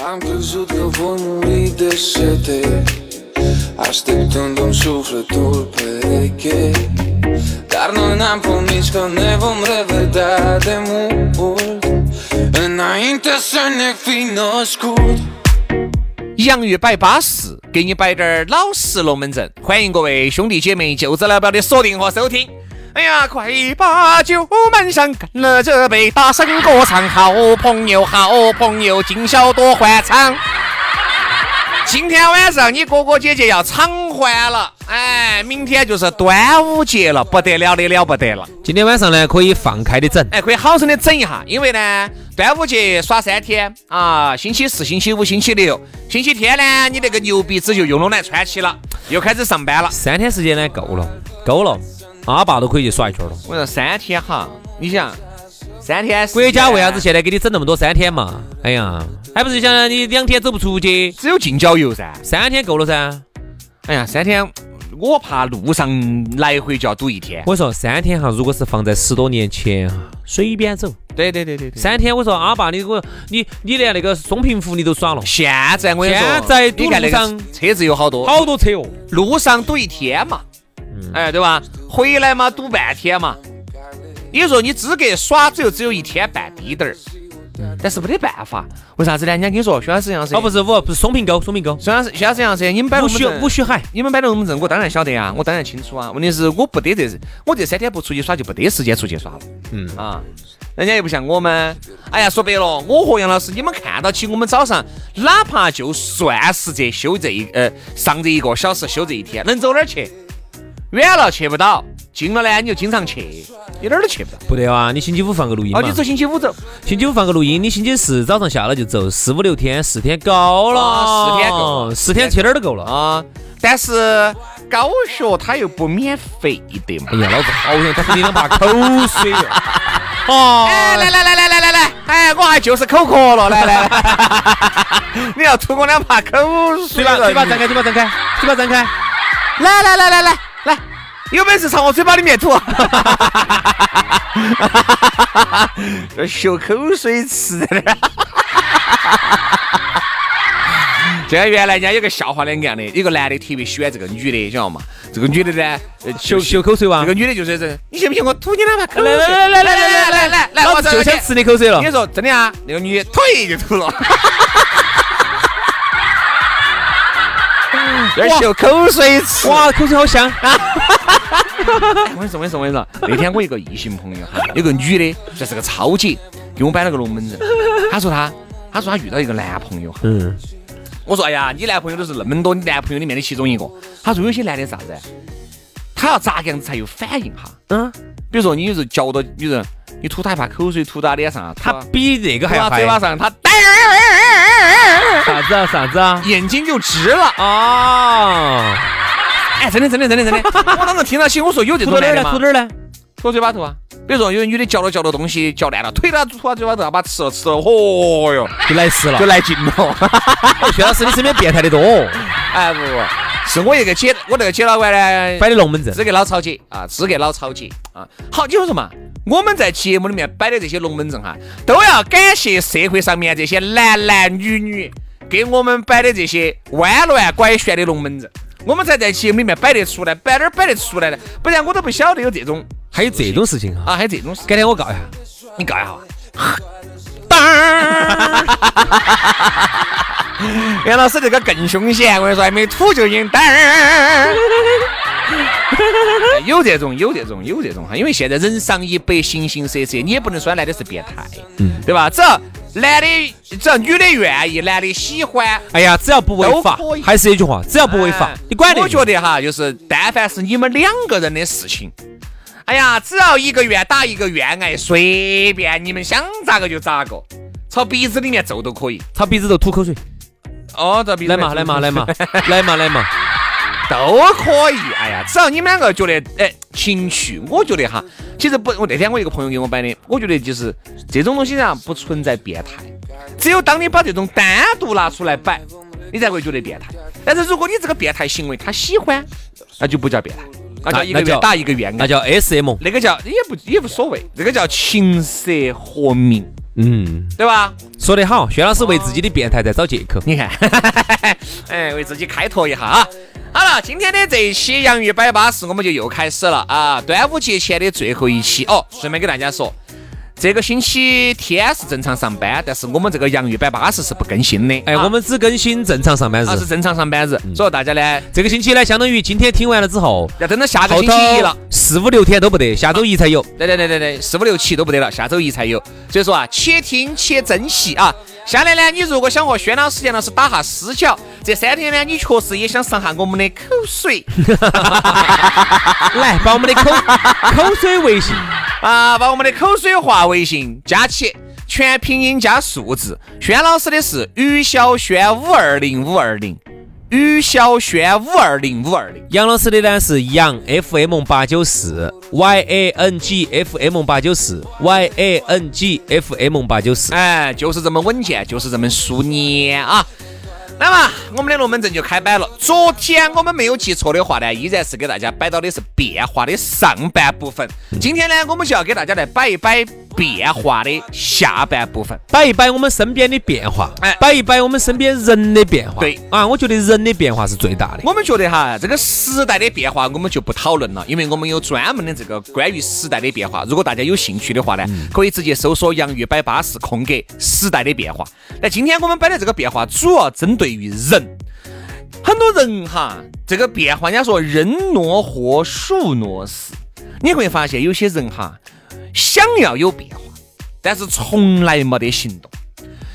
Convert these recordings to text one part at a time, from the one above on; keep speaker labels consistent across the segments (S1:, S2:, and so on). S1: Am crezut că voi muri de sete Așteptându-mi sufletul pereche Dar noi n-am promis că ne vom revedea de mult Înainte să ne fi născut
S2: 洋芋摆巴适，给你摆点儿老实龙门阵。欢迎各位兄弟姐妹、舅子老表的锁定和收听。哎呀，快把酒满上，干了这杯，大声歌唱，好朋友，好朋友，今宵多欢唱。今天晚上你哥哥姐姐要偿还了，哎，明天就是端午节了，不得了的了不得了。
S3: 今天晚上呢，可以放开的整，
S2: 哎，可以好生的整一下，因为呢，端午节耍三天啊，星期四、星期五、星期六，星期天呢，你那个牛鼻子就用拢来穿起了，又开始上班了。
S3: 三天时间呢够了，够了，阿爸都可以去耍一圈了。
S2: 我说三天哈，你想三天时间，
S3: 国家为啥子现在给你整那么多三天嘛？哎呀，还不是想你两天走不出去，
S2: 只有近郊游噻？
S3: 三天够了噻。
S2: 哎呀，三天我怕路上来回就要堵一天。
S3: 我说三天哈，如果是放在十多年前哈，随便走
S2: 对对对对对。
S3: 三天。我说阿爸，你我你你连那个松平湖你都耍了，
S2: 现在我跟你说，
S3: 现在堵
S2: 你看那
S3: 路上
S2: 个车子有好多，
S3: 好多车哦。
S2: 路上堵一天嘛，
S3: 嗯
S2: 哎，对吧？回来嘛堵半天嘛。也就是说你资格耍只有只有一天半滴点儿，但是没得办法，为啥子呢？人家跟你说，薛老师、杨老师，
S3: 嗯哦，不是五，不是松平沟，松平沟，
S2: 薛老师、薛老师、杨老师，你们摆
S3: 五
S2: 龙门
S3: 须
S2: 阵
S3: 五，须海。
S2: 你们摆龙门阵，我当然晓得呀，我当然清楚啊。问题是我不得这，我这三天不出去耍就不得时间出去耍了。嗯啊，人家又不像我们，哎呀，说白了，我和杨老师，你们看到起我们早上哪怕就算是这休这一呃上这一个小时休这一天，能走哪儿去？远了去不到，近了呢你就经常去，你哪儿都去不到。
S3: 不得啊！你星期五放个录音嘛
S2: 哦，你走星期五走，
S3: 星期五放个录音，你星期四早上下了就走，四五六天，四天够了，
S2: 啊四天够了
S3: 四天去哪儿都够了啊！
S2: 啊，但是高学它又不免费的嘛
S3: 哎。呀，老子好想吐你两把口水哟！
S2: 哎，
S3: 啊，
S2: 来来来来来来来，哎，我还就是口渴了，来来来， 你要吐我两把口水
S3: 嘴巴
S2: 了，
S3: 嘴巴
S2: 你
S3: 张开，嘴巴张开，嘴巴张开，
S2: 来来来来来来，有本事朝我嘴巴里面吐， 这秀口水吃的。 这个原来人家有个笑话两个样的，有个男的特别喜欢这个女的，晓得嘛？这个女的呢，呃
S3: 秀秀口水哇
S2: 这！个女的就是这，你信不信我吐你两把口水？
S3: 来来来来来来
S2: 来
S3: 来
S2: 来
S3: 来
S2: 来，
S3: 老子就想吃你口水了
S2: 你。说真的啊？那个女的腿就吐 了，这秀口水吃。
S3: 哇，口水好香！啊
S2: 我跟你说，我跟你说，我跟你说，那天我一个异性朋友 哈，有个女的，就是个超姐，给我摆了个龙门 阵。她说她，她说她遇到一个男朋友哈，
S3: 嗯，
S2: 我说哎呀，你男朋友都是那么多你男朋友里面的其中一个。她说有些男的是啥子？他要咋个样子才有反应哈？
S3: 嗯，
S2: 比如说你有时候嚼到，比如说你吐他一把口水，吐他脸上，
S3: 他
S2: 吐
S3: 比这个还
S2: 他
S3: 要
S2: 嘴巴
S3: 嗨。
S2: 上，他
S3: 啥子啊？啥子 啊？
S2: 眼睛就直了。
S3: 哦，
S2: 哎，真的，真的，真的，真的，我当时听到起，我说有这
S3: 吐
S2: 种
S3: 哪
S2: 男的
S3: 儿呢？
S2: 吗
S3: 吐？哪儿呢？
S2: 吐嘴巴吐啊！比如说有女的嚼了嚼了东西，嚼烂了，推到吐到嘴巴头，把它吃了吃了，嚯哟，
S3: 就来事了
S2: 就。来劲 了。
S3: 薛老师，你身边变态 的多，
S2: 哎不不，是我一个姐，我那个姐老倌呢，
S3: 摆的龙门阵。
S2: 资格老超姐啊，资格老超姐啊。好，你说什么？我们在节目里面摆的这些龙门阵哈，都要感谢社会上面这些男男女女给我们摆的这些弯乱拐旋的龙门阵，我们才在节目里面摆得出来，摆哪儿摆得出来呢？不然我都不晓得有这种
S3: 还有这种事情哈？
S2: 啊，还有这种事。
S3: 改天我告一下。
S2: 你搞一下吧。当儿杨老师这个更凶险，我跟你说，还没吐就已经嘚儿。有这种，有这种，有这种哈，因为现在人上一百，形形色色，你也不能说来的是变态，嗯，对吧？只要男的，只要女的愿意，男的喜欢，
S3: 哎呀，只要不违法
S2: 都可以，
S3: 还是那句话，只要不违法
S2: 哎，
S3: 你管得
S2: 我觉得哈，就是但凡是你们两个人的事情，哎呀，只要一个愿打一个愿挨，随便你们想咋个就咋个，朝鼻子里面揍都可以。
S3: 擦鼻子头吐口水，
S2: 哦，这鼻子
S3: 来 嘛来嘛来嘛来嘛来嘛，
S2: 都可以。哎呀，只要你们两个觉得哎情趣，我觉得哈，其实不，我那天我一个朋友给我摆的，我觉得就是这种东西上不存在变态，只有当你把这种单独拿出来摆，你才会觉得变态。但是如果你这个变态行为他喜欢，那就不叫变态，那叫一个
S3: 那叫
S2: 愿打一个愿
S3: 那
S2: 挨。
S3: 叫 S M，
S2: 那个叫也不也无所谓，这个叫琴瑟和鸣，
S3: 嗯，
S2: 对吧？
S3: 说得好，薛老师为自己的变态在找借口。
S2: 你看， 哎，为自己开拓一下啊。好了，今天的这一期洋芋摆巴士我们就又开始了啊！端午节前的最后一期哦，顺便给大家说，这个星期天是正常上班，但是我们这个洋芋摆巴士是不更新的。
S3: 哎，
S2: 啊
S3: 我们嗯只更新正常上班
S2: 啊是
S3: 日。
S2: 正常上班日，所以大家呢
S3: 这个星期呢，相当于今天听完了之后，
S2: 要等到下个啊
S3: 后
S2: 星
S3: 头
S2: 期一了。
S3: 四五六天都不得，下周一才有。
S2: 对对对对对，四五六七都不得了，下周一才有。所以说啊，且听且珍惜啊。下来呢，你如果想和轩老师、杨老师打下私交，这三天呢，你确实也想上下我们的口水
S3: 来，把我们 的口口水微信，
S2: 啊，把我们的口水话微信加起，全拼音加数字。轩老师的是于小轩五二零五二零，于小轩五二零五二零。
S3: 杨老师的呢是杨 FM 八九四 Y A N G F M 八九四 Y A N G F M 八九四。
S2: 哎，就是这么稳健，就是这么熟练啊。那么我们的龙门阵就开摆了。昨天我们没有记错的话呢，依然是给大家摆到的是变化的上半部分。今天呢，我们就要给大家来摆一摆变化的下半部分。
S3: 摆一摆我们身边的变化
S2: 哎，
S3: 摆一摆我们身边人的变化。
S2: 对
S3: 啊，我觉得人的变化是最大的。
S2: 我们觉得哈，这个时代的变化我们就不讨论了，因为我们有专门的这个关于时代的变化。如果大家有兴趣的话呢，可以直接搜索“洋芋摆巴士”空格时代的变化。那今天我们摆的这个变化主要针对于人，很多人哈，这个变化，人家说人挪活，树挪死，你会发现有些人哈，想要有变化，但是从来没得行动。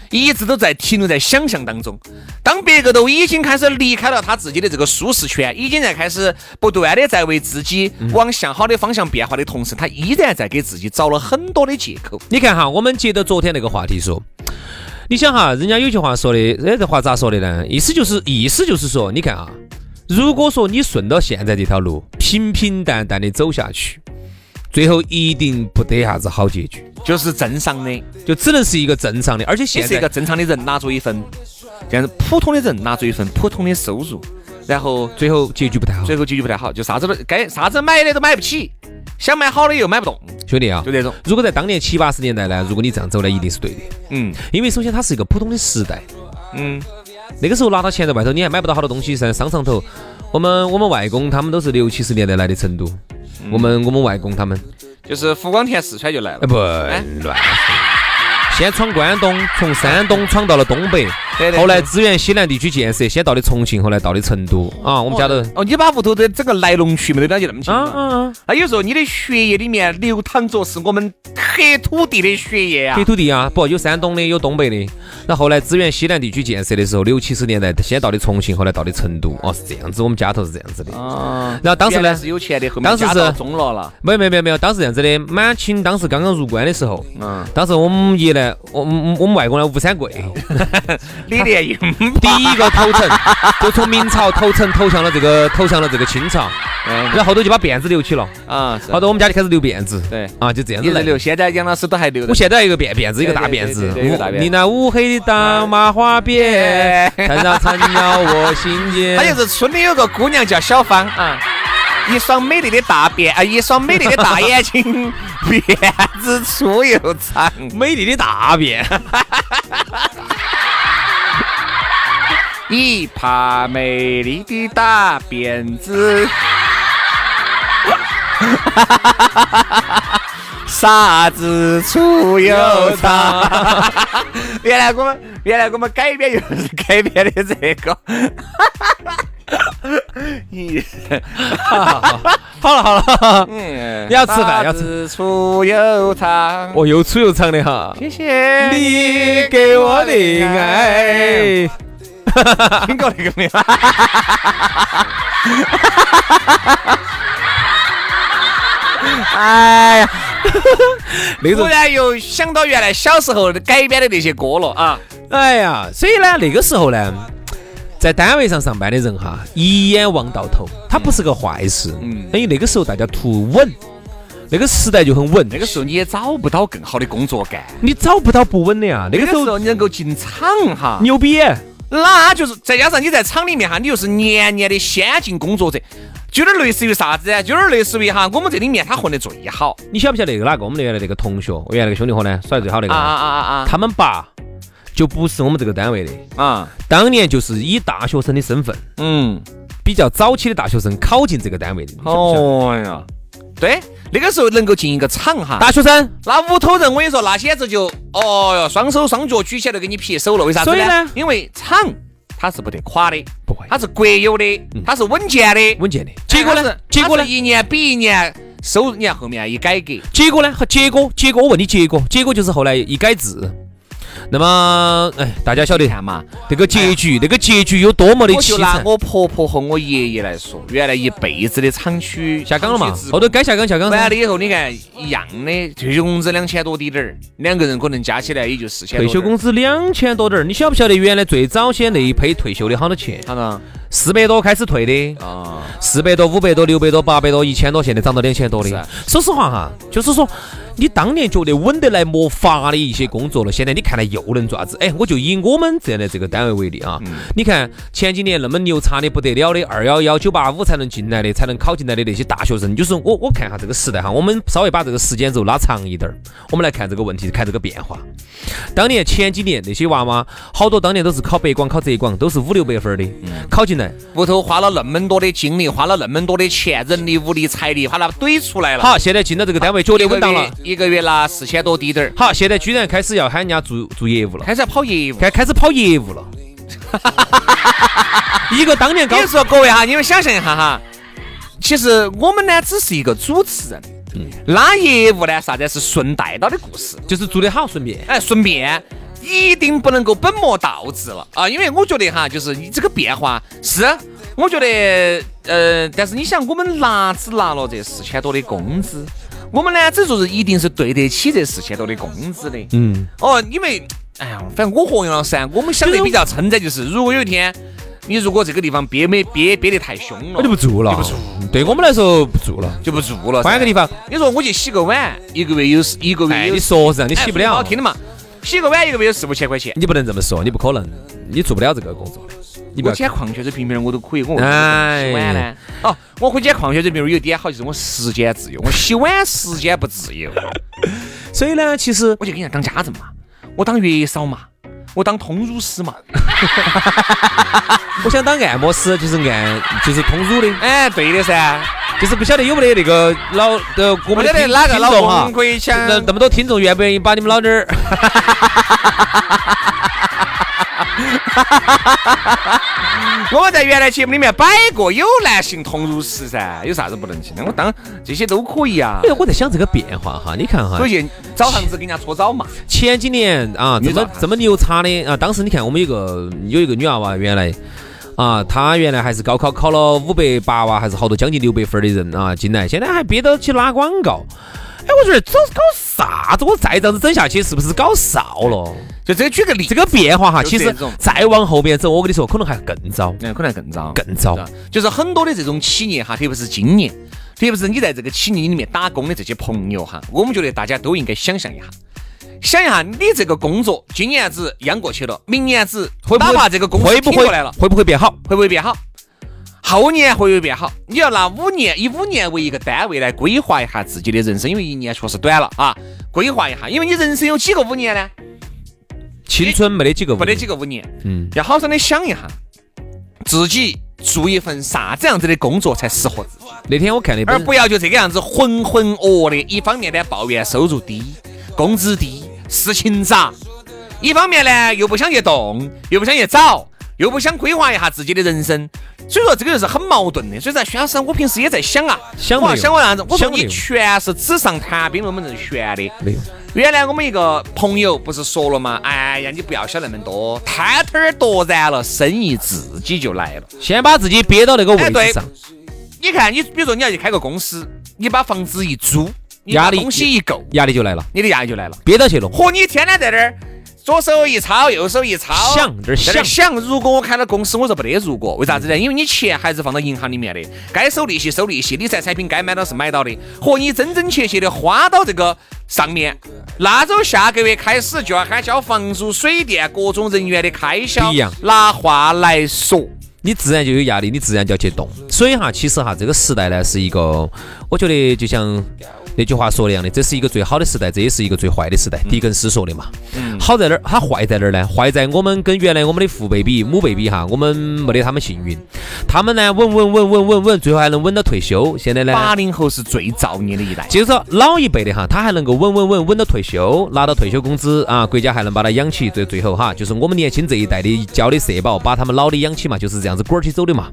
S2: 一直都在停留在想象当中。当别个都已经开始离开了他自己的这个舒适圈，已经在开始不断的在为自己往向好的方向变化的同时，他依然在给自己找了很多的借口。
S3: 你看哈，我们接着昨天那个话题说，你想哈，人家有句话说的，哎，这话咋说的呢？意思就是，意思就是说，你看啊，如果说你顺到现在这条路，平平淡淡的走下去，最后一定不得啥子好结局，
S2: 嗯就是正常的，
S3: 就只能是一个正常的，而且
S2: 你
S3: 现
S2: 是一
S3: 在
S2: 个正常的人拿走一份，这样子普通的人拿走一份普通的收入，然后
S3: 最后结局不太好。
S2: 最后结局不太好，就啥子都该啥子买的都买不起，想买好的又买不动，
S3: 兄弟啊
S2: 就，这种。
S3: 如果在当年七八十年代呢，如果你这样走呢，一定是对的，
S2: 嗯
S3: 因为首先它是一个普通的时代，
S2: 嗯，
S3: 那个时候拿到钱在外头，你还买不到好多东西噻。商场头，我们我们外公他们都是六七十年代来的成都，
S2: 嗯
S3: 我们我们外公他们，
S2: 就是福光田四川就来了
S3: 哎。不乱说，先闯关东，从山东闯到了东北
S2: 对对，对
S3: 后来支援西南地区建设，先到的重庆，后来到的成都啊。我们家头
S2: 哦，你把屋头的整个来龙去脉都了解那么清楚
S3: 啊
S2: 啊？
S3: 啊啊，
S2: 那有时候你的血液里面流淌着是我们黑土地的血液啊
S3: 黑。土地啊，不有山东的，有东北的。那后来支援西南地区建设的时候，六七十年代先到的重庆，后来到的成都，哦是这样子，我们家头是这样子的。
S2: 啊，
S3: 然后当时
S2: 原来
S3: 呢
S2: 是有钱的，后面
S3: 当时
S2: 家道
S3: 是
S2: 中落了。
S3: 没有没有没有没有，当时这样子的，满清当时刚刚入关的时候，
S2: 嗯，
S3: 当时我们爷呢，我们我们外公呢，吴三桂，
S2: 李连 英，
S3: 第一个投诚，就从明朝投诚投向了这个投向了这个清朝，然后后头就把辫子留起了，
S2: 嗯啊，
S3: 后
S2: 好的，
S3: 头我们家就开始留辫子，
S2: 对
S3: 啊，就这样
S2: 一
S3: 子
S2: 直
S3: 来。
S2: 留，现在杨老师都还留着
S3: 我。现在有一个辫辫子，一个大辫子
S2: 对对对对对一个大辫子，
S3: 你那乌黑的大麻花辫，缠绕缠绕我心间。
S2: 他就是村里有个姑娘叫小芳啊，一双美丽的大辫啊，一双美丽的大眼睛，辫子粗又长。
S3: 美丽的大辫，
S2: 一把美丽的大辫子。傻子出有常。 原来我们原来我们改编又是改编的这个。咦，
S3: 好了好了，
S2: 嗯
S3: 要吃饭要
S2: 傻
S3: 吃
S2: 子出有常。
S3: 哦，又粗又长的哈。
S2: 谢谢
S3: 你给我的爱，
S2: 听过那个没有？哎呀，
S3: 那
S2: 突
S3: 种，
S2: 然又想到原来小时候改编的那些歌了啊！
S3: 哎呀，所以呢，那个时候呢，在单位上上班的人哈，一眼望到头，它不是个坏事。嗯，因为那个时候大家图稳，那个时代就很稳。
S2: 那个时候你也找不到更好的工作干，
S3: 你找不到不稳的呀，那
S2: 那个
S3: 个时
S2: 时
S3: 候
S2: 候你能够进厂哈，
S3: 牛逼。
S2: 那就是再加上你在厂里面哈，你又是年年的先进工作者，就有点类似于啥子呢？就有点类似于哈，我们这里面他混得最好
S3: 你晓不晓得那个哪个？我们原来那个同学，我原来那个兄弟伙呢，耍得最好那
S2: 啊
S3: 个，
S2: 啊啊
S3: 他们爸就不是我们这个单位的，
S2: 啊啊！
S3: 当年就是以大学生的身份，
S2: 嗯，
S3: 比较早期的大学生考进这个单位的。你晓不晓得，
S2: 哦呀，对，那个时候能够进一个厂哈，
S3: 大学生
S2: 那屋头人，我跟你说，那简直就，哦哟，双手双脚举起来都给你撇手了，为啥子
S3: 所以
S2: 呢
S3: 呢？
S2: 因为厂它是不得垮的，
S3: 不会
S2: 它是国有的，
S3: 嗯
S2: 它是稳健的。
S3: 稳健的，结果
S2: 它
S3: 呢
S2: 是？
S3: 结果
S2: 它
S3: 呢
S2: 是？一年比一年收入，你看后面一改革，
S3: 结果呢？和结果，结果我问你结果，结果就是后来一改制。那么，哎，大家晓得
S2: 你看嘛，
S3: 这个结局，那个结局有多么的
S2: 我
S3: 凄
S2: 就拿
S3: 惨。
S2: 我婆婆和我爷爷来说，原来一辈子的厂区
S3: 下岗了嘛
S2: 厂区职？
S3: 后头该下岗下岗
S2: 完
S3: 噻
S2: 了。以后，你看一样的退休工资两千多滴点儿，两个人可能加起来也就四千多点
S3: 退
S2: 儿。
S3: 休工资两千多点儿，你晓不晓得原来最早些那一批退休的好多钱？
S2: 看到
S3: 四百多开始退的，
S2: 啊，
S3: 四百多、五百多、六百多、八百多、一千多，现在涨到两千多
S2: 是
S3: 的
S2: 啊。
S3: 说实话哈，就是说你当年觉得稳得来没法的一些工作了，现在你看来又能做啥子？哎，我就以我们这样的这个单位为例啊，
S2: 嗯
S3: 你看前几年那么牛叉的不得了的二幺幺、九八五才能进来的，才能考进来的那些大学生，就是我我看一下这个时代哈，我们稍微把这个时间轴拉长一点儿，我们来看这个问题，看这个变化。当年前几年那些娃娃，好多当年都是考北广、考浙广，都是五六百分儿的，
S2: 嗯
S3: 考进来。
S2: 屋头花了那么多的精力，花了那么多的钱，人力、物力、财力，把它怼出来了。
S3: 好，现在进到这个单位，觉得
S2: 一个
S3: 稳当
S2: 月
S3: 了。
S2: 一个月拿四千多滴点儿，
S3: 好，现在居然开始要喊人家做做业务了，
S2: 开始要跑业务。
S3: 开开始跑业务了。 一个当年高
S2: 你，说各位哈，你们想象一下哈，其实我们呢只是一个主持人，拉业务呢啥子是顺带到的故事，
S3: 就是做得好，顺便
S2: 哎，顺便。一定不能够本末倒置了啊！因为我觉得哈，就是你这个变化是，我觉得呃，但是你想，我们拿只拿了这四千多的工资，我们呢只说是一定是对得起这四千多的工资的。
S3: 嗯，
S2: 哦，因为哎呀，反正我和杨老师啊，我们想得比较撑在就是，如果有一天你如果这个地方憋没憋憋得太凶了，
S3: 我哎就不做了。对我们来说不做了，
S2: 就不住了。
S3: 换一个地方。
S2: 你说我去洗个碗，一个月有四一个月
S3: 哎，
S2: 有
S3: 你
S2: 四，
S3: 说是啊，你
S2: 哎
S3: 洗
S2: 说
S3: 不
S2: 不
S3: 了
S2: 好，听的嘛，洗个碗一个月有四五千块钱。
S3: 你不能这么说，你不可能，你做不了这个工作的。你不
S2: 我
S3: 要
S2: 捡矿泉水瓶瓶儿我都可以，我为什么
S3: 哎
S2: 洗碗呢？哦，我会捡矿泉水瓶儿有一点好，就是我时间自由，我洗碗时间不自由，
S3: 所以呢，其实
S2: 我就跟人家当家政嘛，我当月嫂嘛，我当通乳师嘛。
S3: 我想当按摩师，就是按就是通乳的，
S2: 哎，对的噻，
S3: 就是不晓得有没得那个老的我
S2: 哎我
S3: 们
S2: 晓
S3: 的
S2: 得
S3: 听
S2: 哪个
S3: 听
S2: 老
S3: 众哈
S2: 公，可以抢
S3: 那那么多听众愿不愿意把你们老 爹儿？
S2: 我们在原来节目里面摆过有男性同乳师噻，有啥子不能行的？我当这些都可以啊
S3: 哎。呀，我在想这个变化哈，你看哈，
S2: 所以澡堂子给人家搓澡嘛，
S3: 前几年啊，
S2: 女
S3: 这
S2: 澡
S3: 么
S2: 堂
S3: 这么牛叉的啊！当时你看我们有个有一个女娃娃，原来啊，她原来还是高考考了五百八哇，还是好多将近六百分的人啊，进来现在还憋到去拉广告。哎，我觉得这搞啥子？我再这样子整下去，是不是搞少了？
S2: 就这个举个例
S3: 这
S2: 子，
S3: 个变化哈，
S2: 就
S3: 其
S2: 这
S3: 实
S2: 种
S3: 再往后面走，我跟你说，可能还更糟，
S2: 嗯，可能更糟，
S3: 更糟。
S2: 就是很多的这种企业哈，特别是今年，特别是你在这个企业里面打工的这些朋友哈，我们觉得大家都应该想象一下。想一下，你这个工作今年子央过去了，明年子
S3: 会不
S2: 哪
S3: 会
S2: 怕这个公司
S3: 会不
S2: 挺
S3: 会
S2: 过来了，
S3: 会不会变好？
S2: 会不会变好？后年会不会变好？你要拿五年，以五年为一个单位来规划一下自己的人生，因为一年确实短了啊，规划一下，因为你人生有几个五年呢？
S3: 青春没得几个，
S2: 没得几个五年，
S3: 嗯，
S2: 要好生的想一下，自己做一份啥子样子的工作才适合自己，
S3: 那天我看了一
S2: 而
S3: 本，
S2: 哎不要就这个样子浑浑噩噩的。一方面呢，抱怨收入低、工资低、事情杂；一方面呢，又不想去动，又不想去找，又不想规划一下自己的人生。所以说，这个就是很矛盾的。所以说，轩老师，我平时也在想啊，
S3: 想
S2: 我要
S3: 没有
S2: 想过啥子？我说
S3: 想没
S2: 你
S3: 有
S2: 全是纸上谈兵，我们是悬的。
S3: 没有，
S2: 原来我们一个朋友不是说了吗？哎呀，你不要想那么多，摊摊儿夺燃了，生意自己就来了。
S3: 先把自己憋到那个位
S2: 哎对
S3: 置上，
S2: 你看，你比如说你要去开个公司，你把房子一租，你把
S3: 压力
S2: 东西一购，
S3: 压力就来了，
S2: 你的压力就来了。
S3: 憋到去弄。
S2: 和你天天在那儿左手一抄，右手一抄，
S3: 想这儿
S2: 在那儿想。如果我开了公司，我说没得如果，为啥子呢？因为你钱还是放到银行里面的，该收利息收利息，理财产品该买到是买到的，和你真真切切的花到这个上面。那种下个月开始就要喊交房租、水电、各种人员的开销，
S3: 不一样哎
S2: 拿话来说，
S3: 你自然就有压力，你自然就要去动。所以哈，其实哈，这个时代呢是一个，我觉得就像那句话说的一样的，这是一个最好的时代，这也是一个最坏的时代。狄更斯说的嘛，好在哪儿？它坏在哪儿呢？坏在我们跟原来我们的父辈比、母辈比哈，我们没得他们幸运。他们呢，稳稳稳稳稳稳，最后还能稳到退休。现在呢，
S2: 八零后是最造孽的一代。
S3: 就是说老一辈的哈，他还能够稳稳稳稳到退休，拿到退休工资啊，国家还能把他养起，最最后哈，就是我们年轻这一代的交的社保，把他们老的养起嘛，就是这样子滚儿起走的嘛。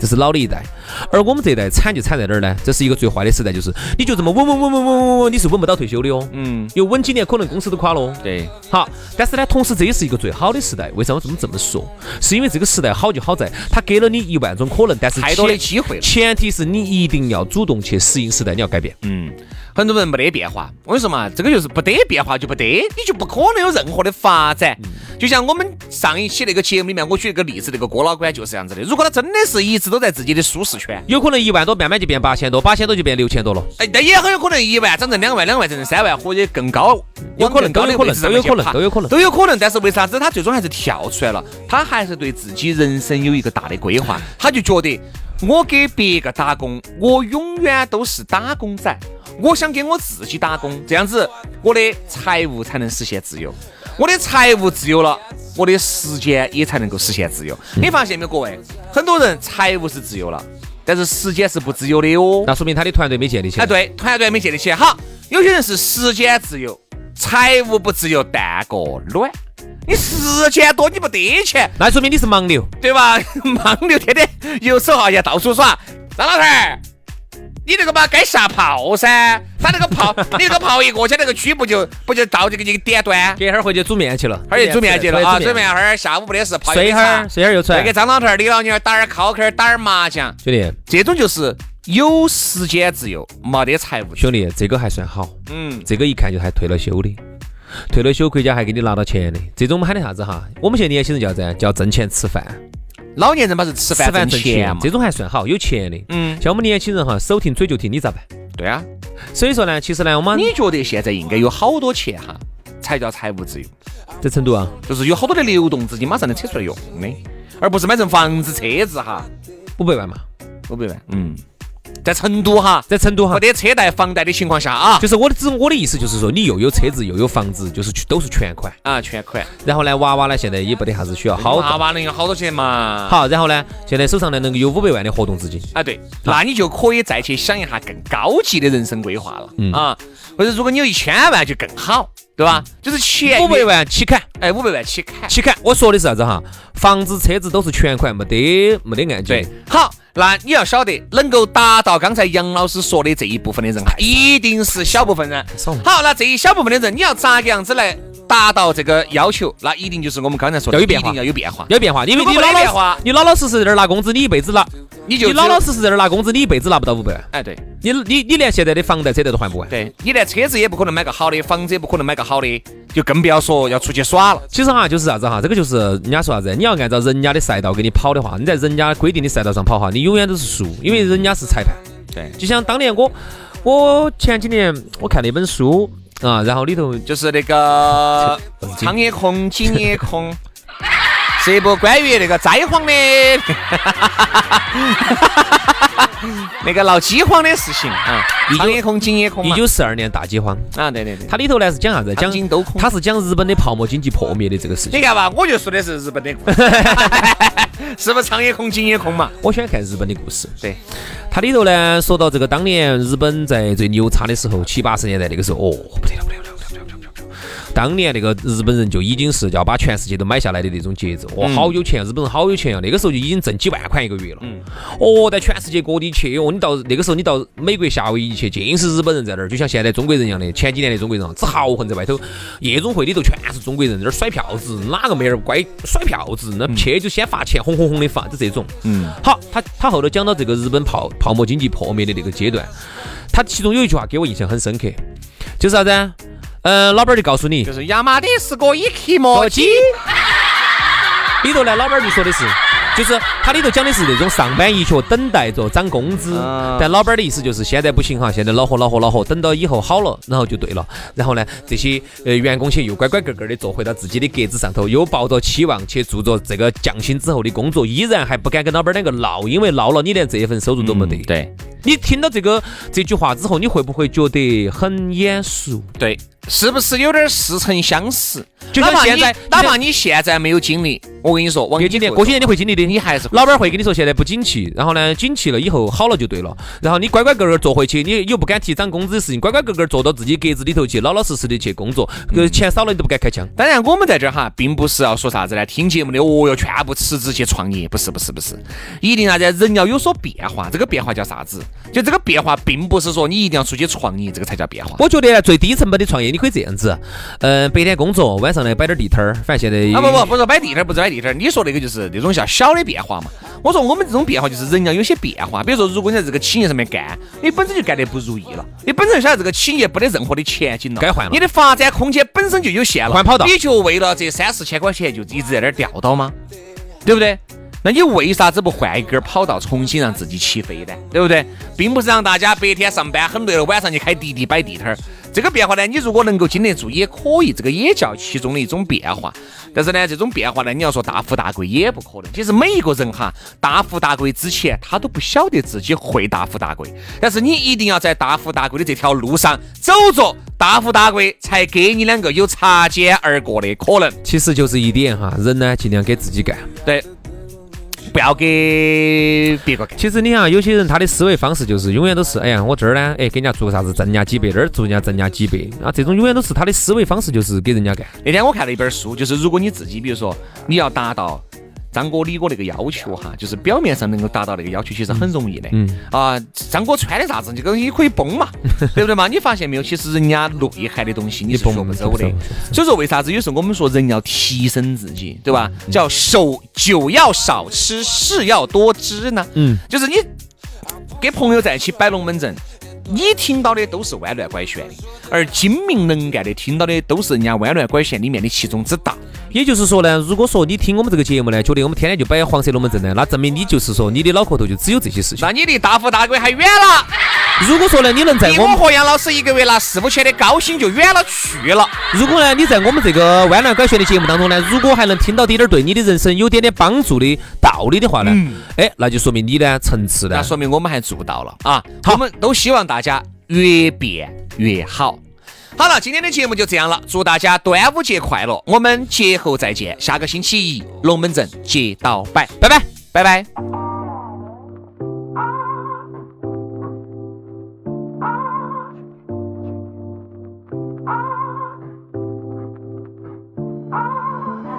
S3: 这是老的一代，而我们这一代惨就惨在哪儿呢？这是一个最坏的时代，就是你就这么稳稳稳稳稳稳稳，你是稳不到退休的哦。
S2: 嗯，
S3: 有稳几年，可能公司都垮了哦。
S2: 对，
S3: 好，但是呢，同时这也是一个最好的时代。为啥我这么这么说？是因为这个时代好就好在，它给了你一万种可能，但是
S2: 太多的
S3: 前
S2: 机会了。
S3: 前提是你一定要主动去适应时代，你要改变。
S2: 嗯，很多人没得变化。我跟你说嘛，这个就是不得变化就不得，你就不可能有任何的发展。就像我们上一期那个节目里面，我举了个例子，那个郭老倌就是这样子的。如果他真的是一直都在自己的舒适圈，
S3: 有可能一万多慢慢就变八千多，八千多就变六千多了，
S2: 哎，但也很有可能一万涨成两万，两万涨成三万，或者更高，
S3: 有可能
S2: 往更高的
S3: 都有可能
S2: 位置上面
S3: 都有可能
S2: 去爬
S3: 都有可能
S2: 都有可能。但是为啥子他最终还是跳出来了？他还是对自己人生有一个大的规划，他就觉得我给别个打工，我永远都是打工仔。我想给我自己打工，这样子我的财务才能实现自由。我的财务自由了，我的时间也才能够实现自由。
S3: 嗯
S2: 你发现没有，各位？很多人财务是自由了，但是时间是不自由的哟。
S3: 那说明他的团队没建立起来。
S2: 哎，，对，团队还没建立起来。好，有些人是时间自由，财务不自由，蛋个卵。你时间多，你不得钱，
S3: 那说明你是盲流。
S2: 对吧？ 盲流天天游手好闲，到处耍。张老头儿，你那个嘛该下炮噻，他那个炮，你那个炮一过去，那个区不就不就到这个一个点端？
S3: 隔一会儿回去煮面去了，
S2: 他去煮面去了啊，
S3: 哎煮
S2: 准备一
S3: 面。
S2: 会儿下午没得事，泡
S3: 睡一
S2: 杯
S3: 会
S2: 茶
S3: 儿，，睡一会儿又出
S2: 再
S3: 来
S2: 给。张老头儿、李老娘儿打点烤客儿，打点麻将，
S3: 兄弟，
S2: 这种就是有时间自由，没得财务自由。
S3: 兄弟，这个还算好，
S2: 嗯，
S3: 这个一看就还退了休的，退了休国家还给你拿到钱的，这种我们喊的啥子哈？我们现在年轻人叫啥子？叫挣钱吃饭，
S2: 老年人嘛是吃饭挣钱嘛
S3: 这。种还算好，有钱的。
S2: 嗯，
S3: 像我们年轻人哈，手停嘴就停，你咋办？
S2: 对啊。
S3: 所以说呢，其实呢，我们
S2: 你觉得现在应该有好多钱哈，才叫财务自由？
S3: 在成都啊，
S2: 就是有好多的流动资金马上能扯出来用的，而不是买成房子、车子哈，
S3: 五百万嘛，
S2: 五百万。嗯，在成都哈，
S3: 在成都哈
S2: 没，得车贷、房贷的情况下啊，
S3: 就是我的，只我的意思就是说，你又有车子又有房子，就是去都是全款。
S2: 啊，全款。
S3: 然后呢，娃娃呢现在也不得啥子需要好
S2: 娃
S3: 的。
S2: 娃能有好多钱嘛？，
S3: 好，然后呢，现在手上呢能够有五百万的活动资金，
S2: 啊对，那你就可以再去想一下更高级的人生规划了。
S3: 嗯
S2: 啊，或者如果你有一千万就更好，对吧？就是钱
S3: 五百，万起砍，
S2: 哎，五百万起砍。
S3: 起砍。我说的是啥子哈？房子、车子都是全款，没得没得按
S2: 对
S3: 揭。，
S2: 好，那你要晓得，能够达到刚才杨老师说的这一部分的人哈，啊一定是小部分人。
S3: 少了
S2: 好，那这一小部分的人，你要咋个样子来达到这个要求？那一定就是我们刚才说的，
S3: 要有变化
S2: 一定要有变化。
S3: 要变化，因为
S2: 如果
S3: 你
S2: 没
S3: 老
S2: 得变
S3: 老
S2: 化
S3: 实，你老老实实在这儿拿工资，你一辈子拿，
S2: 你就
S3: 你老老
S2: 实，
S3: 实实在这儿拿工资，你一辈子拿不到五百万，
S2: 哎，对
S3: 你你你连现在的房贷、车贷都还不完。
S2: 对，你连车子也不可能买个好的，房子也不可能买个好的，就更不要说要出去耍了。
S3: 其实哈，就是啥子哈，这个就是人家说啥子，你要按照人家的赛道给你跑的话，你在人家规定的赛道上跑哈，你永远都是输，因为人家是裁判。
S2: 对
S3: 就像当年我，我前几年我看了一本书啊，然后里头
S2: 就是那个
S3: 空姐
S2: 苍也空，井也空， 是一部关于那个灾荒的， 那个闹饥荒的事情啊，
S3: 一九
S2: 苍也空，井也空
S3: 一
S2: 嘛。
S3: 九四二年大饥荒，
S2: 啊，对对对，
S3: 它里头呢是讲啥子？
S2: 苍
S3: 讲
S2: 井都空
S3: 它是讲日本的泡沫经济破灭的这个事
S2: 你
S3: 情。
S2: 看吧，我就说的是日本的故事， 是不是苍也空，井也空嘛？
S3: 我喜欢看日本的故事。
S2: 对，
S3: 它里头呢，说到这个当年日本在最牛叉的时候，七八十年代那个时候，哦，不得了，不得了，不得了，不得了，不得了。不得了当年那个日本人就已经是要把全世界都买下来的那种节奏，哇、哦，好有钱，日本人好有钱啊！那个时候就已经挣几万块一个月了，哦，在全世界各地去，哦，你到那个时候你到美国夏威夷去，尽是日本人在那儿，就像现在中国人一样的，前几年的中国人啊，只豪横在外头，夜总会里头全是中国人在那儿甩票子，哪个妹儿乖甩票子，那去就先发钱，红红红的发，就这种。嗯，好，他他后头讲到这个日本泡泡沫经济破灭的那个阶段，他其中有一句话给我印象很深刻，就是啥子啊？嗯，老板儿就告诉你，
S2: 就是亚麻的是个一提莫
S3: 搏
S2: 鸡
S3: 击。里头呢，老板儿就说的是，就是他里头讲的是那种上班一族等待着涨工资，
S2: 啊
S3: 但老板儿的意思就是现在不行哈，现在恼火恼火恼火，等到以后好了，然后就对了。然后呢，这些呃员工些又乖乖个个的坐回到自己的格子上头，又抱着期望去做着这个降薪之后的工作，依然还不敢跟老板儿两个闹，因为闹了你连这份收入都没得。
S2: 嗯对
S3: 你听到这个这句话之后，你会不会觉得很眼熟？
S2: 对，是不是有点似曾相识？
S3: 就
S2: 哪
S3: 像
S2: 怕
S3: 现
S2: 你
S3: 在
S2: 哪怕你现在没有经历，我跟你说，往
S3: 有几年，过
S2: 去
S3: 些年你会经历的，
S2: 你还是
S3: 老板儿会跟你说现在不景气，然后呢，景气了以后好了就对了，然后你乖乖个个坐回去，你又不敢提涨工资的事情，乖乖个个坐到自己格子里头去，老老实实的去工作，呃，钱少了你都不敢开枪。
S2: 当然，我们在这儿哈，并不是要说啥子呢，听节目的哦哟，全部辞职去创业，不是不是不是，一定啥子，人要有所变化。这个变化叫啥子？就这个变化，并不是说你一定要出去创业，这个才叫变化。
S3: 我觉得呢，啊最低成本的创业，你可以这样子，嗯，白天工作，晚上呢摆点地摊儿，反正现在
S2: 啊不不，不是摆地摊儿，不是摆地摊儿，你说那个就是那种叫小的变化嘛。我说我们这种变化就是人要有些变化，比如说如果你在这个企业上面干，你本身就干得不如意了，你本身就晓得这个企业没得任何的前景了，
S3: 该换了
S2: 你的发展空间本身就有限了，
S3: 换跑道
S2: 你就为了这三四千块钱就一直在那儿吊到吗？对不对？那你为啥子不换一根跑道，重新让自己起飞呢？对不对？并不是让大家白天上班很累了，晚上去开滴滴摆地摊儿。这个变化呢，你如果能够经得住也可以，这个也叫其中的一种变化。但是呢，这种变化呢，你要说大富大贵也不可能。其实每一个人哈，大富大贵之前他都不晓得自己会大富大贵，但是你一定要在大富大贵的这条路上走着，大富大贵才给你两个有擦肩而过的可能。
S3: 其实就是一点哈，人呢尽量给自己干。
S2: 对，不要给别个干。
S3: 其实你看啊，有些人他的思维方式就是永远都是，哎呀，我这儿呢，哎，给人家做个啥子挣人家几百，那儿做人家挣人家几百，啊，这种永远都是他的思维方式就是给人家干。
S2: 那天我看了一本书，就是如果你自己，比如说你要达到张哥、李哥那个要求哈，就是表面上能够达到那个要求，其实很容易的。嗯啊，张哥穿的啥子，这个东西可以崩 嘛，对不对嘛？你发现没有？其实人家内涵的东西你是
S3: 你崩
S2: 学不
S3: 不
S2: 走的
S3: 走。
S2: 所以说，为啥子有时候我们说人要提升自己，对吧？
S3: 嗯
S2: 叫手酒要少吃，事要多知呢。
S3: 嗯，
S2: 就是你跟朋友在一起摆龙门阵，你听到的都是弯乱拐旋的，而精明能干的听到的都是人家弯乱拐旋里面的其中之大。
S3: 也就是说呢，如果说你听我们这个节目呢，觉得我们天天就摆黄色龙门阵呢，那证明你就是说你的脑壳头就只有这些事情。
S2: 那你离大富大贵还远了，
S3: 如果说呢，你能在
S2: 离
S3: 哎我
S2: 我
S3: 们，
S2: 和杨老师一个月拿四五千的高薪就远了去了。
S3: 如果呢你在我们这个弯弯拐旋的节目当中呢，如果还能听到点点儿对你的人生有点点帮助的道理的话呢，哎，那就说明你呢层次呢
S2: 那，说明我们还做到了啊！我们都希望大家越变越好。好了，今天的节目就这样了，祝大家端午节快乐！我们节后再见，下个星期一龙门阵接到摆，拜拜，拜拜。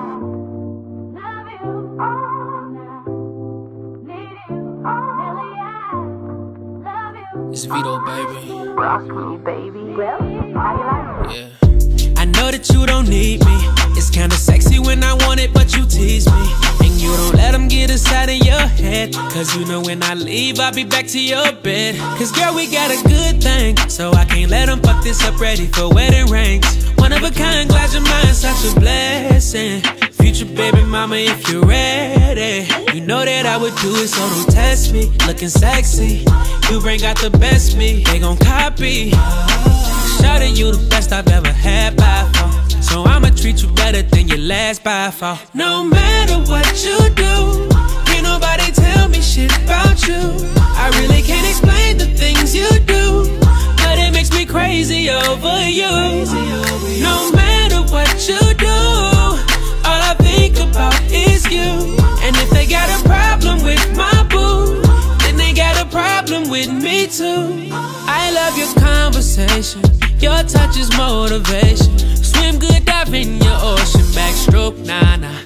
S4: Love you all night. Need you really, I love you.
S5: It's Vito, baby. Yeah. I know that you don't need me. It's kinda sexy when I want it, but you tease me. And you don't let them get inside of your head. Cause you know when I leave, I'll be back to your bed. Cause girl, we got a good thing. So I can't let them fuck this up ready for wedding rings. One of a kind, glad your mind's such a blessing. Future baby mama, if you're ready. You know that I would do it, so don't test me. Looking sexy. You bring out the best me. They gon' copy. Shout you the best I've ever had by far. So I'ma treat you better than your last by far. No matter what you do, can't nobody tell me shit about you. I really can't explain the things you do, but it makes me crazy over you. No matter what you do, all I think about is you. And if they got a problem with my boo, then they got a problem with me too. I love your conversation, your touch is motivation. Swim good, dive in your ocean, backstroke, nah nah.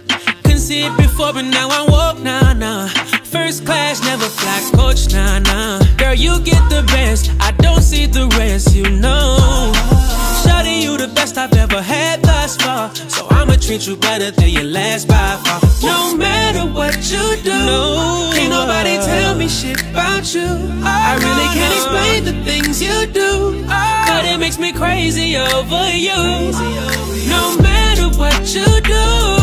S5: Couldn't see it before, but now I walk, nah nah. First class, never fly coach, nah nah. Girl, you get the best, I don't see the rest, you know. Shawty, you the best I've ever had thus far. So I'ma treat you better than your last by far. No matter what you do, can't nobody tell me shit about you. I really can't explain the things you do, but it makes me crazy over you. No matter what you do, Uh,